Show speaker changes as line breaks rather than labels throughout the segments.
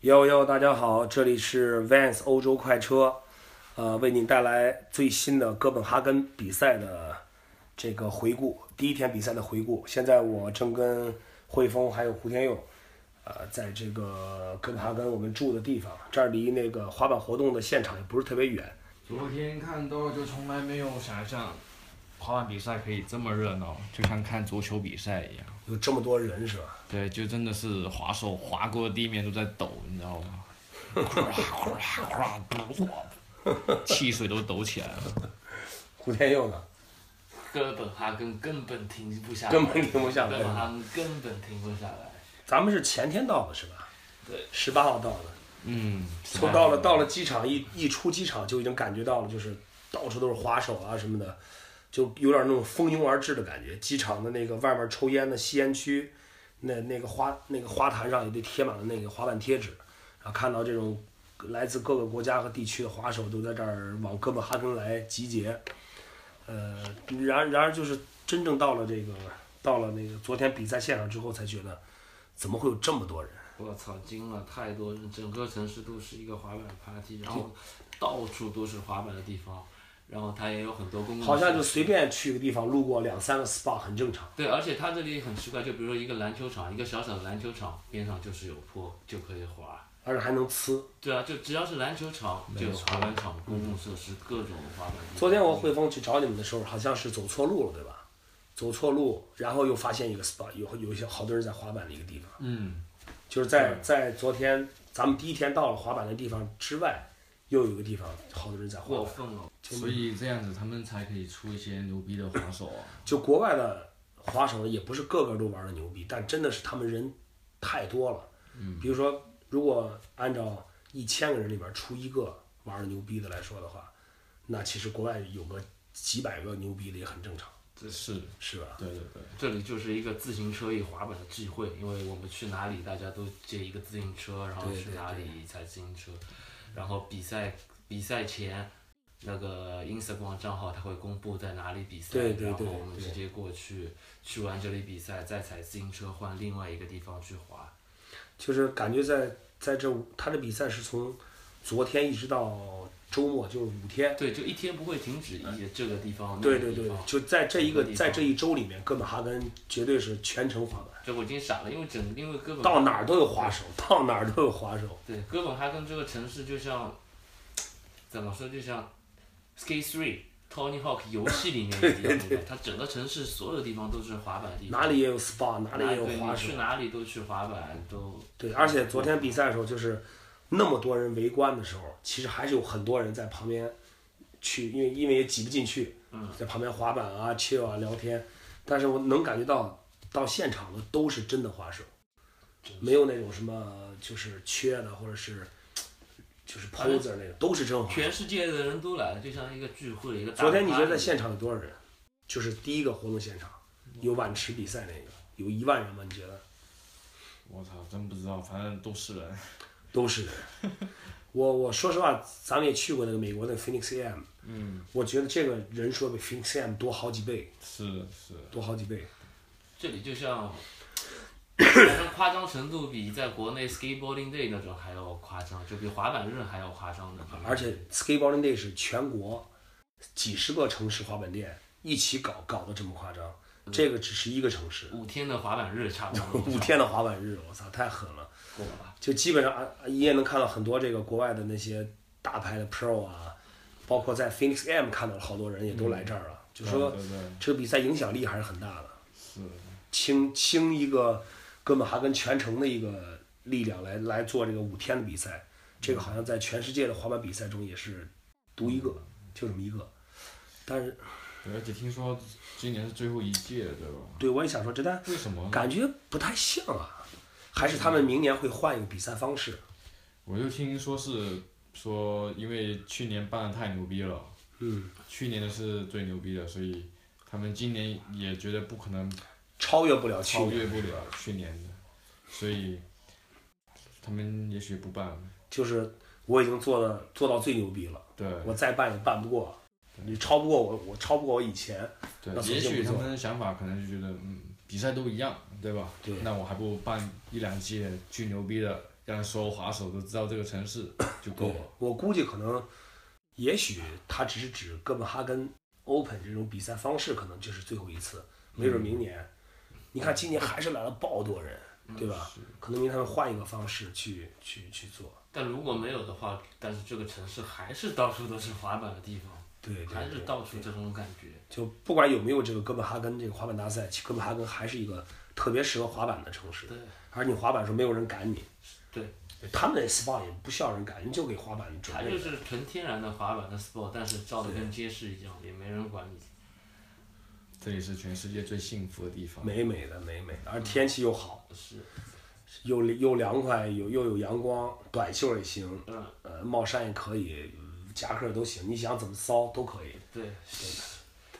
哟哟，大家好，这里是 Vans 欧洲快车，呃，为您带来最新的哥本哈根比赛的这个回顾，第一天比赛的回顾。现在我正跟汇丰还有胡天佑，呃，在这个哥本哈根我们住的地方，这儿离那个滑板活动的现场也不是特别远。
昨天看到就从来没有想象，滑板比赛可以这么热闹，就像看足球比赛一样。
有这么多人是吧？
对，就真的是滑手滑过的地面都在抖，你知道吗？ 汽水都抖起来了。
胡天佑呢？
哥本哈根根本停不下来，
根本停不下来
哥本哈根根本停不下来。
咱们是前天到的是吧？
对，
十八号到的。
嗯，
从到了到了机场一一出机场就已经感觉到了，就是到处都是滑手啊什么的，就有点那种蜂拥而至的感觉。机场的那个外面抽烟的吸烟区，那那个花那个花坛上也被贴满了那个滑板贴纸，然后看到这种来自各个国家和地区的滑手都在这儿往哥本哈根来集结。呃，然然而就是真正到了这个到了那个昨天比赛现场之后，才觉得怎么会有这么多人？
我操，惊了，太多人，整个城市都是一个滑板 party，然后到处都是滑板的地方，然后它也有很多公共设施。
好像就随便去个地方路过两三个 SPA 很正常。
对，而且它这里很奇怪，就比如说一个篮球场，一个小小的篮球场边上就是有坡，就可以滑。
而且还能呲。
对啊，就只要是篮球场，就有滑板场、公共设施、各种滑板地方。
昨天我汇丰去找你们的时候，好像是走错路了，对吧？走错路，然后又发现一个 SPA，有有一些好多人在滑板的一个地方，
嗯，
就是在在昨天咱们第一天到了滑板的地方之外，又有一个地方好多人在滑
过
板，
分了，
所以这样子他们才可以出一些牛逼的滑手啊。
就国外的滑手也不是个个都玩的牛逼，但真的是他们人太多了。嗯，比如说，如果按照一千个人里边出一个玩的牛逼的来说的话，那其实国外有个几百个牛逼的也很正常，
是，
是吧？
对对对，
这里就是一个自行车与滑板的聚会，因为我们去哪里，大家都借一个自行车，然后
对
去
对
哪里踩自行车，然后比赛比赛前，那个 Instagram 账号它会公布在哪里比赛，
对对
然后
对
我们
对
直接过去，去完这里比赛，再踩自行车换另外一个地方去滑。
就是感觉在在这五他的比赛是从昨天一直到周末，就是五天。
对，就一天不会停止，一这个地方，
对
那
对
个
对
地方，
就在这一
每个
个
地方
在这一周里面，哥本哈根绝对是全程滑板，
这我已经傻了，因为整因为哥本
到哪儿都有滑手，到哪儿都有滑手。
对，哥本哈根这个城市就像，怎么说，就像 Skate Three Tony Hawk 游戏里 面一样的，它整个城市所有地方都是滑板的地方，
哪里也有 SPA，哪
哪
里也有
哎对
滑
你
手
去。哪里都去滑板都。
对，而且昨天比赛的时候，就是那么多人围观的时候，其实还是有很多人在旁边去，因为因为也挤不进去，
嗯
在旁边滑板啊、chill 啊、聊天。但是我能感觉到，到现场的都是真的滑手，没有那种什么就是缺的或者是就是 poser 那种，都是真滑手。
全世界的人都来了，就像一个聚会，一个大。
昨天你觉得在？现场有多少人？就是第一个活动现场有碗池比赛那个，有一万人吗？你觉得？
我操，真不知道，反正都是人。
都是人。我我说实话，咱们也去过那个美国那个 Phoenix AM，
嗯，
我觉得这个人数比 Phoenix AM 多好几倍，
是是，
多好几倍。
这里就 像，反正夸张程度比在国内 skateboarding day 那种还要夸张，就比滑板日还要夸张的。
而且 Skateboarding Day 是全国几十个城市滑板店一起搞，搞得这么夸张。这个只是一个城市，
五天的滑板日差不多。
五天的滑板日，我操，太狠了！
够了吧？
就基本上啊，你也能看到很多这个国外的那些大牌的 Pro 啊，包括在 Phoenix AM 看到了好多人也都来这儿了，就说
对对对
这个比赛影响力还是很大的。
是，
倾倾一个哥本哈根全城的一个力量来来做这个五天的比赛，这个好像在全世界的滑板比赛中也是独一个，就这么一个。但是
对而且听说今年是最后一届，对吧？
对我也想说，这但
为什么呢？
感觉不太像啊，还是他们明年会换一个比赛方式。
我就听说是说，因为去年办的太牛逼了，
嗯，
去年的是最牛逼的，所以他们今年也觉得不可能
超越不了啊去
超
年，
越不了去年的，所以他们也许不办了。
就是我已经做的做到最牛逼了，
对
我再办也办不过，你超不过我，我超不过我以前。
对
那，索
也
性
许
不
他
做
们的想法可能就觉得，嗯，比赛都一样，对吧？
对
那我还不如办一两届巨牛逼的，让所有滑手都知道这个城市就够
对
了。，
我估计可能，也许他只是指哥本哈根 Open 这种比赛方式，可能这是最后一次，没准明年，你看今年还是来了爆多人，对吧？可能明年他们换一个方式去去去做，
但如果没有的话，但是这个城市还是到处都是滑板的地方，
对对
还是
对，
到处这种感觉。
就不管有没有这个哥本哈根这个滑板大赛，其实哥本哈根还是一个特别适合滑板的城市，
对
而你滑板的时候没有人赶你，
对，
他们的 SPA 也不需要人赶，你就给滑板准
它
备
就
了。
是纯天然的滑板的 sport，但是照的跟街市一样，也没人管你。
这里是全世界最幸福的地方。
美美的美美的，
嗯
而天气又好，
是，
又又凉快，有又有阳光，短袖也行，
嗯，
呃，帽衫也可以，嗯夹克都行，你想怎么骚都可以。
对，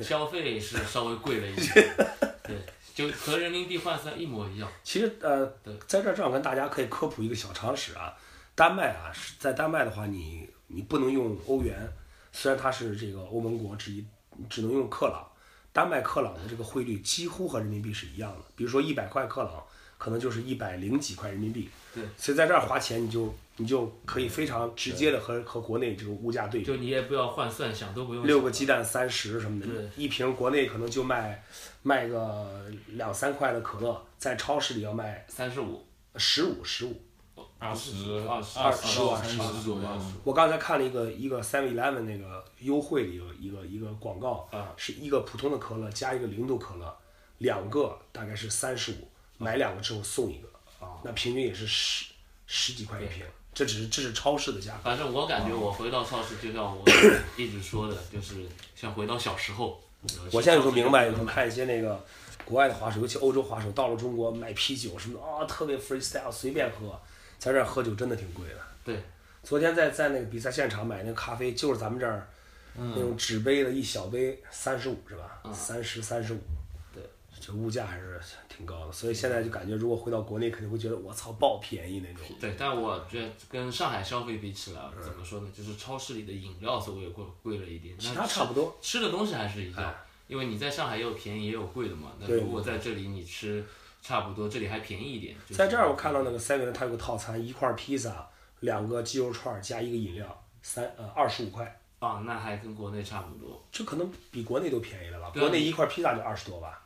消费是稍微贵了 一点，对，就和人民币换算一模一样。
其实呃
对，
在这儿正好跟大家可以科普一个小常识啊，丹麦啊，是在丹麦的话，你你不能用欧元，虽然它是这个欧盟国之一，你只能用克朗。丹麦克朗的这个汇率几乎和人民币是一样的，比如说一百块克朗，可能就是一百零几块人民币。
对，
所以在这儿花钱，你就你就可以非常直接的和和国内这个物价对比。
就你也不要换算，想都不用想。
六个鸡蛋三十什么的
对，
一瓶国内可能就卖卖个两三块的可乐，在超市里要卖
三十五，
十五十五。
二十
二十
二
十
到
二
三
十
十左右，
我刚才看了一个一个 Seven Eleven 那个优惠里有一个一个广告
啊，
是一个普通的可乐加一个零度可乐，两个大概是三十五，买两个之后送一个
啊，
那平均也是十十几块一瓶。这只是这是超市的价格，
反正我感
啊
觉我回到超市，就像我一直说的，就是像回到小时候。呃
我现在有时候明白，有时候看一些那个国外的滑手，尤其欧洲滑手到了中国买啤酒什么的啊、特别 freestyle，随便喝，在这儿喝酒真的挺贵的。
对，
昨天在在那个比赛现场买那个咖啡，就是咱们这儿那种纸杯的一小杯，三十五是吧？三十三十五，
对，
这物价还是挺高的。所以现在就感觉，如果回到国内，肯定会觉得我操爆便宜那种。
对，但我觉得跟上海消费比起来，
嗯
怎么说呢？就是超市里的饮料稍微贵贵了一点，
其
那
他
吃
差不多，哎
吃的东西还是一样，因为你在上海也有便宜也有贵的嘛。那
对
如果在这里你吃差不多，这里还便宜一点。就是
在这儿我看到那个 Seven，它有个套餐，一块披萨，两个鸡肉串儿加一个饮料，三呃二十五块。
啊，那还跟国内差不多，
这可能比国内都便宜了吧？
对啊
国内一块披萨就二十多吧，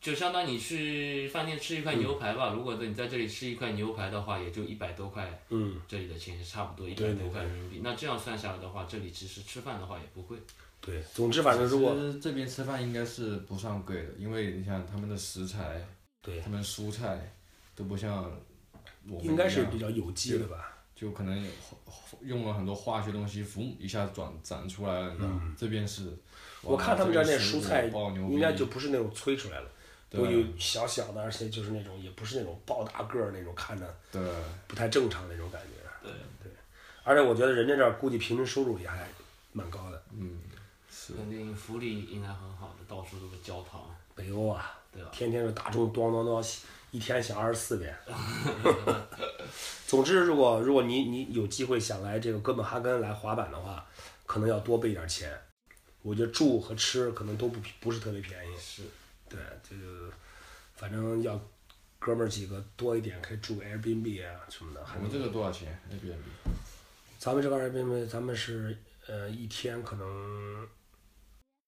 就相当你去饭店吃一块
嗯
牛排吧。如果你在这里吃一块牛排的话，也就一百多块，
嗯，
这里的钱差不多一
对
百
对
多块人民币。那这样算下来的话，这里其实吃饭的话也不贵。
对。总之，反正如果
其实这边吃饭应该是不算贵的，因为你想他们的食材，
对，
他们蔬菜都不像我们
应该
一
是
样
比较有机的吧？
就可能有用了很多化学东西，嘣一下转长出来了，你知道吗？这边是，
嗯我看他们这儿那蔬菜
爆牛逼，
应该就不是那种催出来了，
对
都有小小的，而且就是那种也不是那种爆大个儿那种，看着
对
不太正常那种感觉。啊
对
对，而且我觉得人家这儿估计平均收入也还蛮高的，
是
肯定福利应该很好的，到处都是教堂，
北欧啊，
哎对吧？
天天是大众咣咣咣，一天响二十四 遍。总之，如果如果你你有机会想来这个哥本哈根来滑板的话，可能要多备点钱。我觉得住和吃可能都不不是特别便宜。
是，
对，这就反正要哥们儿几个多一点，可以住个 Airbnb 啊什么的。还
我哦们这个多少钱？Airbnb
咱们这个 Airbnb，咱们是呃一天可能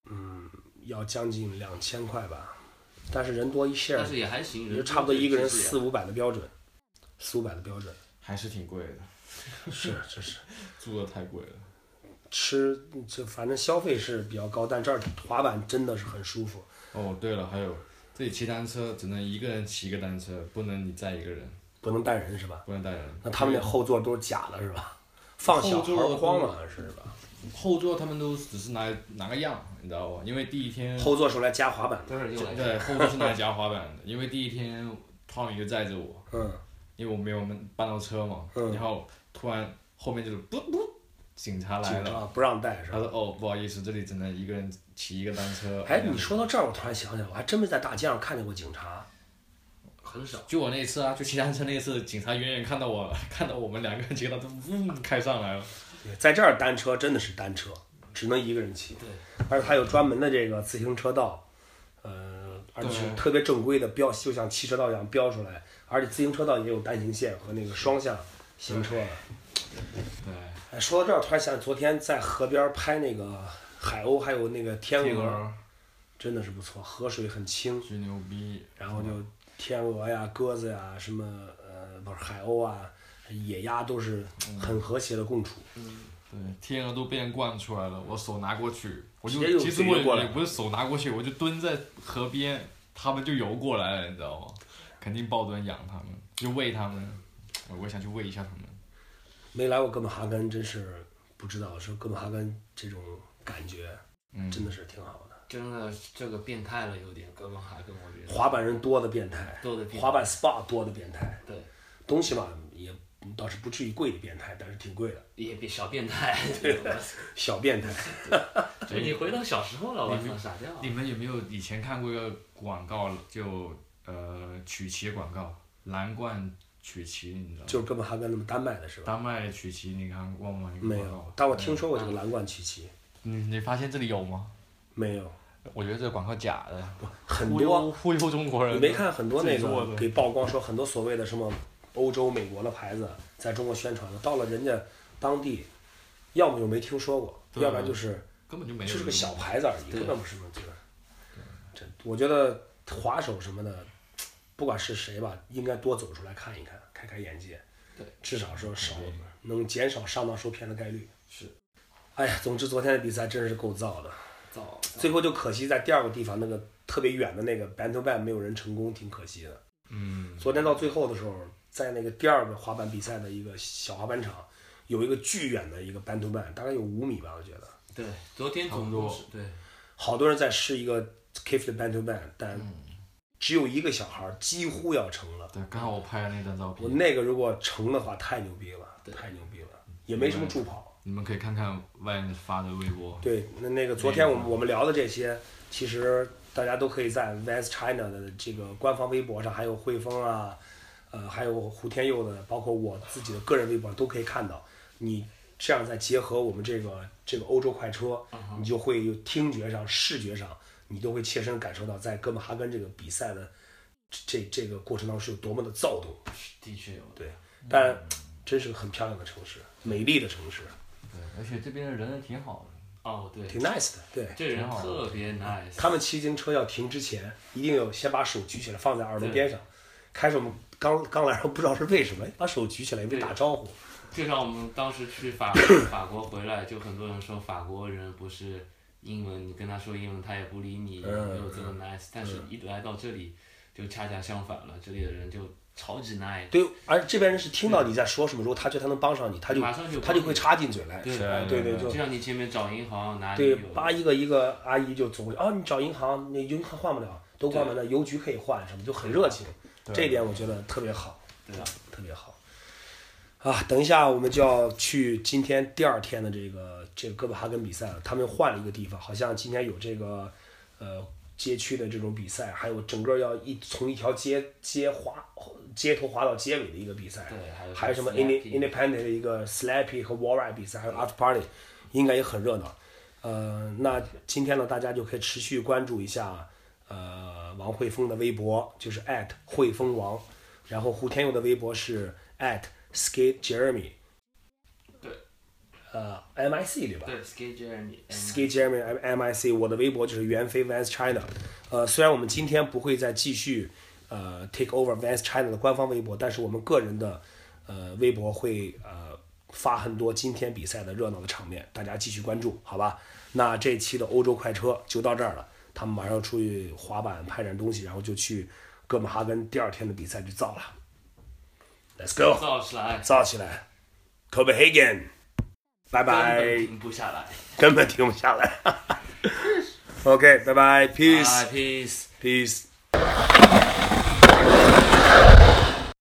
嗯要将近两千块吧，但是人多一些
但。是也还
啊
行，
也就
人
差不多一个人
其实也
四五百的标准，四五百的标准
还是挺贵 的，
是，这是
住的太贵了。
吃就反正消费是比较高，但这儿滑板真的是很舒服。
哦，对了，还有这里骑单车只能一个人骑一个单车，不能你载一个人，
不能带人是吧？
不能带人。
那他们那后座都是假的是吧？放小孩儿筐了好像是吧？
后座他们都只是拿拿个样，你知道吧？因为第一天
后座是来夹滑板的，
都是用来
对后座是拿来夹滑板的，因为第一天 Tommy 就载着我，
嗯，
因为我没有门搬到车嘛，
嗯
然后突然后面就是不不，警察来
警
了，
察不让带是
他
吧？
说哦不好意思，这里只能一个人骑一个单车。
哎，你说到这儿，我突然想起来，我还真没在大街上看见过警察。
很少。
就我那一次啊，就骑单车那一次，警察远远看到我，看到我们两个人骑到，他嗡开上来了。
对在这儿单车真的是单车，只能一个人骑，
对，
而且它有专门的这个自行车道，呃，而且
对
特别正规的标，就像汽车道一样标出来，而且自行车道也有单行线和那个双向行车。
对，
哎，说到这儿，突然想起昨天在河边拍那个海鸥，还有那个天
天
鹅，
鹅
真的是不错，河水很清，
巨牛逼，
然后就天鹅呀、鸽子呀、什么呃不是海鸥啊、野鸭都是很和谐的共处。
对，天鹅都被人惯出来了。我手拿过去，我就
直接就
其实
直接
我
过
也
来
也不是手拿过去，我就蹲在河边，他们就游过来了，你知道吗？肯定抱蹲养他们，就喂他们。我我想去喂一下他们。
没来过哥本哈根，真是不知道说哥本哈根这种感觉
嗯，
真的是挺好的。
真的这个变态了，有点哥本哈根，我觉得
滑板人多的变态，
多的变
滑
态。
板 SPA 多的变态，
对，
东西嘛也倒是不至于贵的变态，但是挺贵的，
也比小变态。对 吧，
小变态。
对你回到小时候了，我
你
操，傻掉了。
你们有没有以前看过一个广告，就呃曲奇广告，蓝罐曲奇，你知道吗？
就是哥本哈根那么丹麦的是吧？
丹麦曲奇，你看过吗？
没
广
有
告，
但我听说过这个蓝冠曲奇，
你你发现这里有吗？
没有，
我觉得这个广告假的，
很
忽
多啊
悠忽悠中国人。
你没看很多那
自己做
个
的
给曝光说很多所谓的什么欧洲、美国的牌子在中国宣传的，到了人家当地，要么就没听说过，
对
要不然就是
根本就没有。
就是个小牌子而已，
对
根本不是什么就是。这我觉得滑手什么的，不管是谁吧，应该多走出来看一看，开开眼界。
对，
至少说少
对
能减少上当受骗的概率。
是，
哎呀，总之昨天的比赛真是够燥的。
早
最后就可惜在第二个地方那个特别远的那个 b a n t o b a n 没有人成功，挺可惜的。
嗯，
昨天到最后的时候，在那个第二个滑板比赛的一个小滑板场，有一个巨远的一个 b a n t o b a n 大概有五米吧，我觉得。
对，昨天
差不
总
多
共是对
好多人在试一个 Kiff 的 b a n t o b a n
嗯
但只有一个小孩儿几乎要成了。
对，刚好我拍的那张照
我
片，
那个如果成的话，太牛逼了，
对
太牛逼了，也没什么助跑。
你们可以看看外面发的微博。
对，那那个昨天我们我们聊的这些，其实大家都可以在 Vans China 的这个官方微博上，还有汇丰啊，呃，还有胡天佑的，包括我自己的个人微博上都可以看到。你这样再结合我们这个这个欧洲快车，你就会有听觉上、视觉上，你都会切身感受到在哥本哈根这个比赛的这这这个过程当中是有多么的躁动。
的确有
对，但真是个很漂亮的城市，美丽的城市，
对，而且这边的人也挺好的。
哦，对，
挺 nice 的。对，
这人
挺好的
特别 nice。
嗯他们骑自行车要停之前，一定要先把手举起来放在耳朵边上。开始我们刚刚来，时候不知道是为什么，哎把手举起来也没打招呼。
就像我们当时去 法法国回来，就很多人说法国人不是英文，你跟他说英文他也不理你，也
嗯
没有这么 nice。但是一来到这里，就恰恰相反了，这里的人就超级 nice，
对，而这边人是听到你在说什么，如果他觉得他能帮上你，他就
马上就帮你
他就会插进嘴来。
对
是
啊
对
对
对，
啊
就
就像你前面找银行哪里
对
有，
叭一个一个阿姨就走过去，啊，你找银行，那银行换不了，都关门了，邮局可以换什么，就很热情。这一点我觉得特别好，
对
啊，特别好。啊，等一下，我们就要去今天第二天的这个这个哥本哈根比赛了。他们换了一个地方，好像今天有这个呃街区的这种比赛，还有整个要一从一条街街滑街头滑到街尾的一个比赛。
对，还有
还有什么
Slappy
Inde- Independent 的一个 Slappy 和 Warrior 比赛，还有 Art Party，应该也很热闹。呃，那今天呢，大家就可以持续关注一下呃王汇峰的微博，就是 at 汇丰王，然后胡天佑的微博是 at skate jeremy，
对，
呃 mic 对吧？
对 Skate Jeremy
Skate Jeremy M I C，我的微博就是袁飞 Vans China。呃，虽然我们今天不会再继续呃 take over Vans China 的官方微博，但是我们个人的呃微博会呃发很多今天比赛的热闹的场面，大家继续关注，好吧？那这一期的欧洲快车就到这儿了，他们马上出去滑板拍点东西，然后就去哥本哈根第二天的比赛去造了。Let's go，
造起来，
造起来，Copenhagen，拜拜。
根本停不下来。
根本停不下来。OK，拜拜，peace，peace。
Peace。